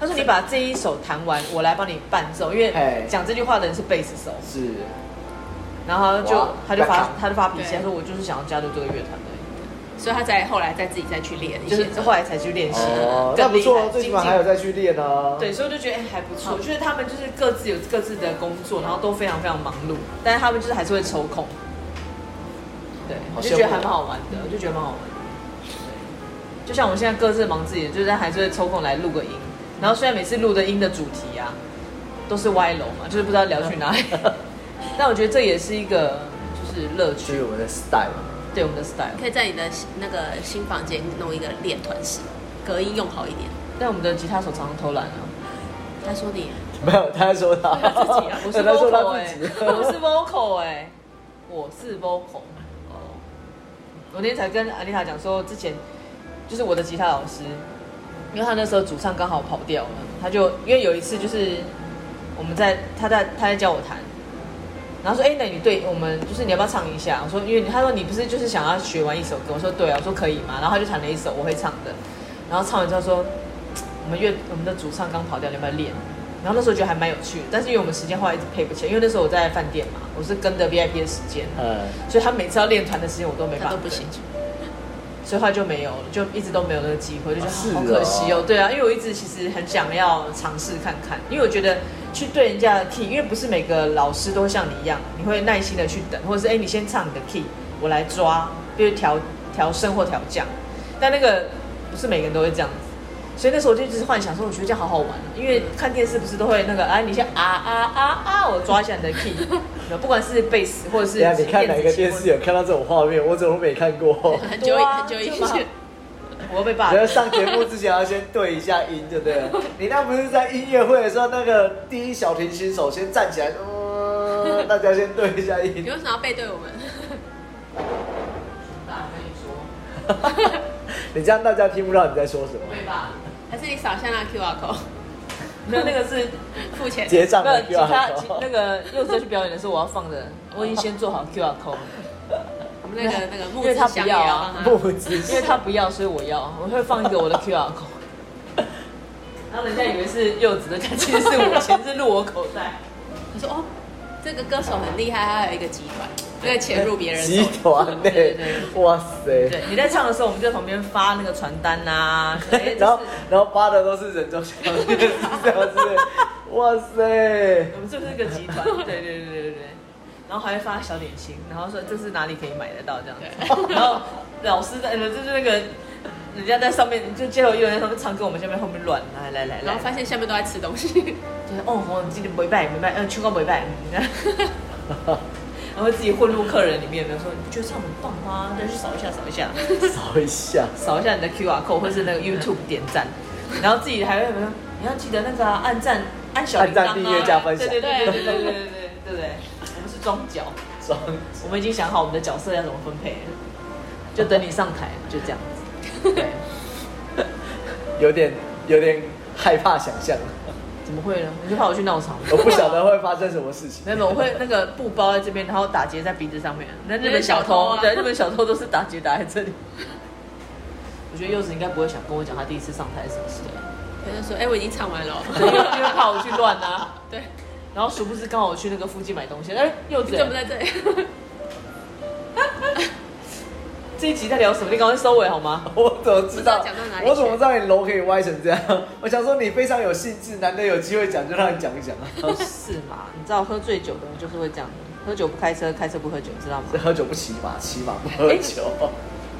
S1: 他说你把这一首弹完，我来帮你伴奏。”因为
S2: 嘿
S1: 讲这句话的人是贝斯手，
S2: 是
S1: 然后他就
S2: 哇
S1: 他就
S2: 要
S1: 发
S2: 扛
S1: 他就发脾气，
S3: 对
S1: 他说：“我就是想要加入这个乐团的，
S3: 所以他才后来再自己再去练一
S1: 就
S3: 些。
S1: 是后来才去练习。
S2: 哦，那
S1: 更
S2: 不
S1: 厉害
S2: 错，最起码还有再去练啊。
S1: 对，，所以我就觉得哎、还不错，就是他们就是各自有各自的工作，然后都非常非常忙碌，但是他们就是还是会抽空。对，
S2: 好
S1: 我
S2: 羡
S1: 就觉得
S2: 慕
S1: 还蛮好玩的，我就觉得蛮好玩的。对，就像我们现在各自忙自己的，就是但还是会抽空来录个音。然后虽然每次录的音的主题啊都是歪楼嘛，就是不知道聊去哪 里，但我觉得这也是一个就是乐
S2: 所以
S1: 趣，
S2: 我们的 style
S1: 对我们的 style。
S3: 可以在你的那个新房间弄一个练团式，隔音用好一点。
S1: 但我们的吉他手常常偷懒啊，
S3: 他说你
S2: 没有，他在说他
S3: 他自 己啊
S1: 我是
S2: 他说
S1: vocal
S2: 他
S1: 哎、
S2: 自己，
S1: 我是 vocal 哎、我是 vocal。
S2: 哦
S1: 我那天才跟安妮塔讲说，之前就是我的吉他老师，因为他那时候主唱刚好跑掉了，他就因为有一次就是我们在他在他在教我弹，然后说，哎、那你对我们就是你要不要唱一下？我说，因为你他说你不是就是想要学完一首歌？我说对啊，我说可以嘛。然后他就弹了一首我会唱的，然后唱完之后说，嗯我们乐我们的主唱刚跑掉，你要不要练？然后那时候觉得还蛮有趣的，但是因为我们时间后来一直配不起来，因为那时候我在饭店嘛，我是跟的 VIP 的时间，
S2: 嗯，
S1: 所以他每次要练团的时间我都没
S3: 他
S1: 办法
S3: 都不
S1: 跟
S3: 行，
S1: 所以后来就没有了，就一直都没有那个机会，就觉得
S2: 啊是
S1: 好可惜哦
S2: 哦。
S1: 对啊，因为我一直其实很想要尝试看看，因为我觉得去对人家的 key，因为不是每个老师都会像你一样，你会耐心的去等，或者是哎、你先唱你的 key，我来抓，就是调调升或调降。但那个不是每个人都会这样子。所以那时候我就一直幻想说，我觉得这样好好玩，因为看电视不是都会那个，哎，你先啊啊啊啊，我抓一下你的 key，不管是贝斯或者是
S2: 对啊，你看哪个电
S1: 或者
S2: 视有看到这种画面？我怎么没看 过？
S3: 很久以
S1: 对啊
S3: 很久以
S1: 就嘛
S3: 前，
S1: 我要被 霸
S2: 你要
S1: 凌。
S2: 上节目之前要先对一下音，对不对了？ 你那不是在音乐会的时候，那个第一小提琴手先站 起来，嗯，大家先对一下
S3: 你
S2: 音。
S3: 为什么要背对我们？
S1: 大跟你说，
S2: 你这样大家听不到你在说什么。
S1: 我被霸凌。
S3: 还是你扫下那 QR code
S1: 没有那个是
S3: 付钱？
S2: 结账
S1: 没有
S2: 的
S1: 吉
S2: QR
S1: 他
S2: code
S1: 吉那个柚子在去表演的时候我要放的，我已经先做好 QR code，
S3: 我们那个那个木
S1: 因为
S3: 质
S1: 他
S3: 箱
S1: 不
S3: 也
S1: 要
S3: 要
S1: 啊
S3: 帮他。
S2: 不知
S1: 因为他不要，所以我要，我会放一个我的 QR code。然后人家以为是柚子的，但其实是我钱是入我口袋。
S3: 我说哦，这个歌手很厉害，他有一个集 团，那个潜入别人手
S2: 集
S3: 里。
S2: 团呢
S1: 对对对？
S2: 啊哇塞！
S1: 对，你在唱的时候，我们就在旁边发那个传单 呐、啊，哎
S2: 然后
S1: 这是
S2: 然后发的都是人中小姐， 是这样子。哇塞！
S1: 我们这是一个集 团，对对对对对对。然后还会发小点心，然后说这是哪里可以买得到这样子。 然后老师在，呃就是那个人家在上面，就街头艺人在上面唱歌，我们下面后面乱，来来来来，
S3: 然后发现下面都在吃东西，
S1: 就是哦，我自己没拜没拜，嗯，去过没拜，嗯 然后自己混入客人里面，比如说你觉得这样很棒吗？再去扫一下扫一下，
S2: 扫一下，
S1: 扫一下你的 QR code 或是
S2: 嗯
S1: 那个 YouTube 点赞，然后自己还会说你要记得那个啊按赞按小铃铛
S2: 按
S1: 啊，
S2: 赞订阅加分享
S1: 对对对对对对对对对对对，我们是装脚，
S2: 装
S1: 我们已经想好我们的角色要怎么分配了，就等你上台，就这样子。对，
S2: 有点有点害怕想 象，
S1: 怎么会呢？我就怕我去闹场。
S2: 我不晓得会发生什么事情。
S1: 没有，没有我会那个布包在这边，然后打结在鼻子上面。那日
S3: 日
S1: 本
S3: 本
S1: 小
S3: 小
S1: 偷，
S3: 偷啊
S1: 对，日本小偷都是打结打 在这里。我觉得柚子应该不会想跟我讲他第一次上台是什么事 的，
S3: 他就说：“哎、我已经唱完了。
S1: 对因为因为怕我去乱啊。”
S3: 对，
S1: 然后殊不知刚好我去那个附近买东西，哎，柚
S3: 你
S1: 子
S3: 怎么在这里？
S1: 这一集在聊什么？你赶快收尾好 吗？
S2: 我怎么知道？
S3: 不知道讲到哪里去
S2: 我怎么知道你楼可以歪成这样？我想说你非常有兴致，难得有机会讲，就让你讲一 讲啊。
S1: 哦是嘛？你知道喝醉酒的人就是会这样，喝酒不开车，开车不喝酒，知道吗？
S2: 喝酒不骑马，骑马不喝酒。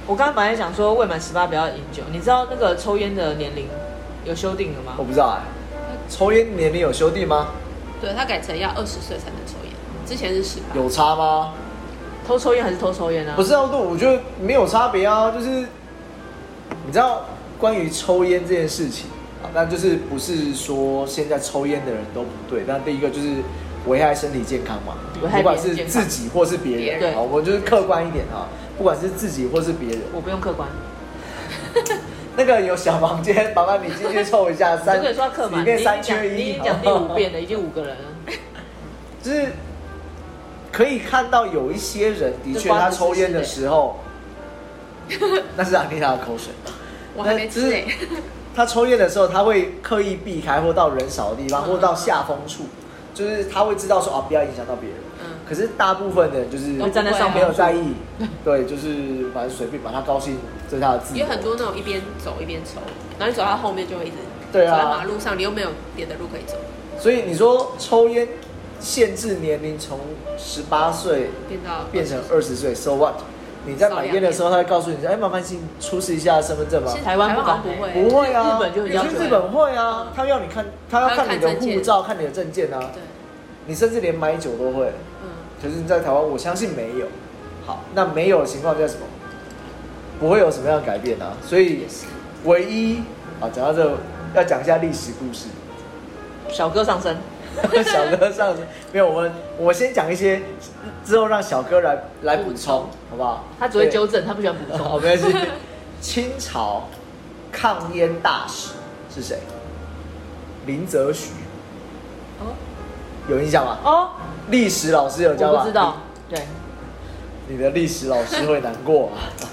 S1: 我刚刚本来想说未满十八不要饮酒，你知道那个抽烟的年龄有修订了吗
S2: 我？不知道哎、抽烟年龄有修订吗？
S3: 对他改成要二十岁才能抽烟，之前是十八。
S2: 有差吗？
S1: 偷抽烟还是偷抽烟啊？
S2: 不是啊，对，我觉得没有差别啊，就是你知道关于抽烟这件事情啊，那就是不是说现在抽烟的人都不对，那第一个就是危害身体健康嘛，
S1: 危害
S2: 不管
S1: 别
S2: 是
S1: 人健康
S2: 自己或是别
S3: 别
S2: 人，
S1: 人
S2: 好，我就是客观一点啊，不管是自己或是别人，
S1: 我不用客观。
S2: 那个有小房间，麻烦你进去凑一下，
S1: 我
S2: 三
S1: 跟你说客
S2: 里
S1: 满，
S2: 面
S1: 你已
S2: 三
S1: 经
S2: 缺
S1: 讲，你已
S2: 一，
S1: 经讲第
S2: 好不
S1: 五
S2: 好
S1: 遍了，已经五个人了。
S2: 就是可以看到有一些人的确他抽烟的时候， 那是阿妮塔的口水。
S3: 我还没吃哎、
S2: 他抽烟的时候，他会刻意避开或到人少的地方，
S3: 嗯
S2: 或到下风处，就是他会知道说啊，不要影响到别人。
S3: 嗯
S2: 可是大部分的人就是
S1: 都站在上
S2: 没
S1: 面
S2: 有在意，对，就是反正随便，把他高兴，这是他的自由。
S3: 有很多那种一边走一边抽，然后你走到后面就会一直
S2: 对
S3: 走在
S2: 啊
S3: 马，路上，你又没有别的路可以走，
S2: 所以你说抽烟限制年龄从十八岁
S3: 变到
S2: 变成二十岁，so what？你在买烟的时候，他会告诉你说：“哎，麻烦请出示一下身份证吧。
S3: 现在
S1: 台湾不
S3: 台湾好
S1: 敢
S3: 像不会、
S2: 不会啊，
S1: 日本就很
S2: 你
S1: 要求
S2: 去日本会啊，他要你看，他要
S3: 他要
S2: 看你的
S3: 看证件
S2: 护照，看你的证件啊。
S3: 对，
S2: 你甚至连买酒都会。
S3: 嗯，
S2: 可是你在台湾，我相信没有。好，那没有的情况下什么？不会有什么样的改变啊。所以
S3: 也是。
S2: 唯一啊，讲到这要讲一下历史故事。
S1: 小哥上身，
S2: 小哥上没有，我们我先讲一些，之后让小哥来来补
S3: 补
S2: 充
S3: 充，
S2: 好不好？
S1: 他只会
S2: 对
S1: 纠正，他不喜欢补
S2: 好，
S1: 充。
S2: 没关系。清朝抗烟大使是谁？林则徐，
S3: 哦，
S2: 有印象吗？
S1: 哦，
S2: 历史老师有教
S1: 我
S2: 吗？
S1: 不知道。 对，
S2: 你，你的历史老师会难过啊。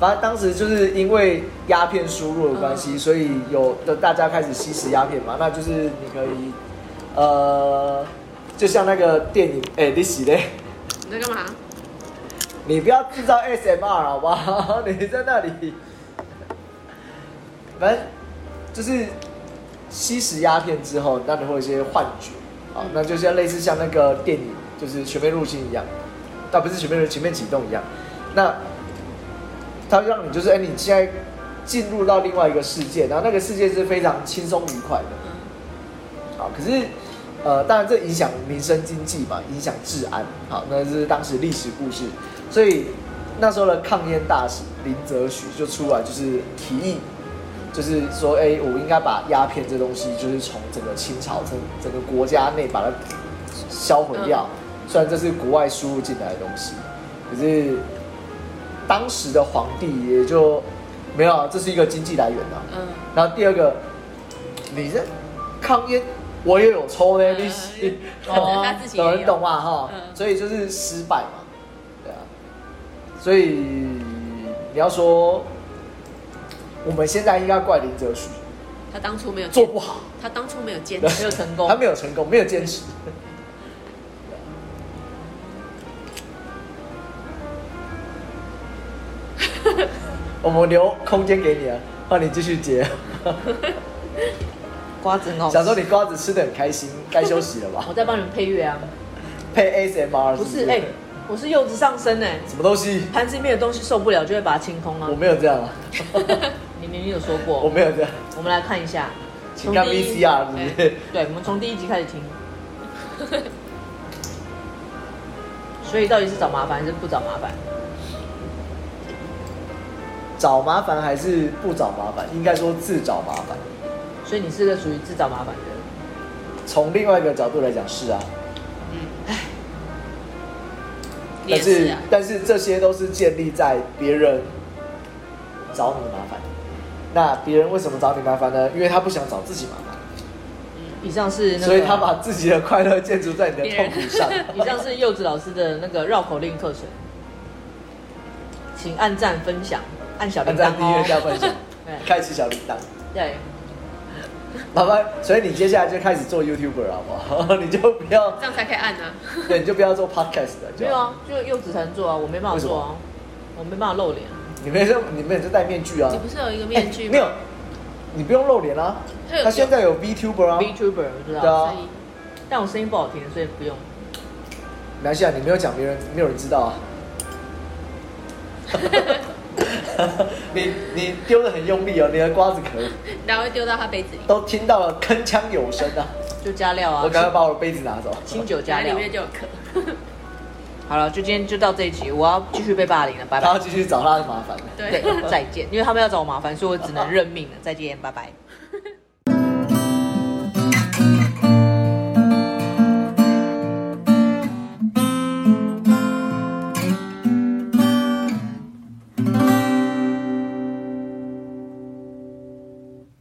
S2: 反正当时就是因为鸦片输入的关
S1: 嗯
S2: 系，所以有的大家开始吸食鸦片嘛，那就是你可以，呃，就像那个电影，哎、你洗嘞，
S3: 你在干嘛？
S2: 你不要制造 SMR 好不好？ 你在那里，反正就是吸食鸦片之后，那你会有一些幻觉啊，那就像类似像那个电影，就是全面入侵一样，但不是全面入侵全面启动一样，那它让你就是哎、你现在进入到另外一个世界，然后那个世界是非常轻松愉快的。
S3: 嗯
S2: 好，可是呃，当然这影响民生经济嘛，影响治安。好，那是当时历史故事，所以那时候的抗烟大使林则徐就出来就是提议，就是说，哎、我应该把鸦片这东西就是从整个清朝整整个国家内把它销毁掉。虽然这是国外输入进来的东西，可是当时的皇帝也就没有啊，这是一个经济来源啊。
S3: 嗯，
S2: 然后第二个，你这抗烟，我也有抽呢，你你
S1: 哦
S3: 哎他自己也
S2: 有人
S3: 有
S2: 懂嘛哈？
S3: 嗯
S2: 所以就是失败嘛，对啊。所以你要说，我们现在应该怪林则徐
S3: 他当初没有坚
S2: 做不，好，
S3: 他当初没有坚
S2: 对
S3: 持，
S1: 没有成功
S2: 他没有成功，没有坚 持。我们留空间给你啊，让你继续接。
S1: 瓜子很好吃
S2: 想说你瓜子吃的很开 心，该休息了吧
S1: 哦我？在帮你们配乐啊，
S2: 配 ASMR
S1: 不
S2: 是
S1: 是哎、我是柚子上身哎、
S2: 什么东西？
S1: 盘子里面有东西受不了就会把它清空啊
S2: 我。没有这样啊，
S1: 你明明有说过，
S2: 我没有这样，
S1: 我们来看一下，
S2: 请看
S1: 从第一
S2: VCR 是
S1: 哎
S2: 不是？
S1: 对，我们从第一集开始听。 所以到底是找麻烦还是不找麻烦？
S2: 找麻烦还是不找麻烦？应该说自找麻烦。
S1: 所以你是个属于自找麻烦的人。
S2: 从另外一个角度来讲是啊，
S3: 嗯，你
S2: 但
S3: 也
S2: 是
S3: 是啊，
S2: 但是这些都是建立在别人找你麻烦。那别人为什么找你麻烦呢？因为他不想找自己麻烦，
S1: 以上是那个，
S2: 所以他把自己的快乐建筑在你的
S3: 别
S2: 痛
S3: 人
S2: 苦 上。
S1: 以 上是柚子老师的那个绕口令课程，请按赞、分享、按小铃
S2: 按
S1: 铛
S2: 赞、订阅、加
S1: 哦。
S2: 分享，
S1: 对
S2: 开启小铃铛。
S1: 对，
S2: 麻烦，所以你接下来就开始做 YouTuber 好不好？你 就不要
S3: 这，样才可以按啊。
S2: 对，你就不要做 Podcast 了。就
S1: 没有啊，就柚子才能做啊，我没办法
S2: 为什么
S1: 做啊，我没办法露脸。啊
S2: 你们就你们也就戴面具啊
S3: 你，不是有一个面具
S2: 哎
S3: 吗？
S2: 没有，你不用露脸啊
S3: 他。有
S2: 他现在有 VTuber 啊，
S1: VTuber 我知
S2: 对
S1: 道，
S2: 啊
S3: 所，以
S1: 但我声音不好听，所以不用。
S2: 南下你没有讲，别人没有人知道啊。 你你丢的很用力哦，你的瓜子壳
S3: 然后会丢到他杯子里，
S2: 都听到了铿锵有声啊！
S1: 就加料啊，
S2: 我赶快把我的杯子拿走。
S1: 清酒加
S3: 然后里
S1: 料。
S3: 面就有壳。
S1: 好了，就今天就到这一集，我要继续被霸凌了，拜
S2: 他要
S1: 拜。
S2: 继续找他的麻烦了。
S1: 对
S3: 对。，
S1: 再见，因为他们要找我麻烦，所以我只能认命了，再见，拜拜。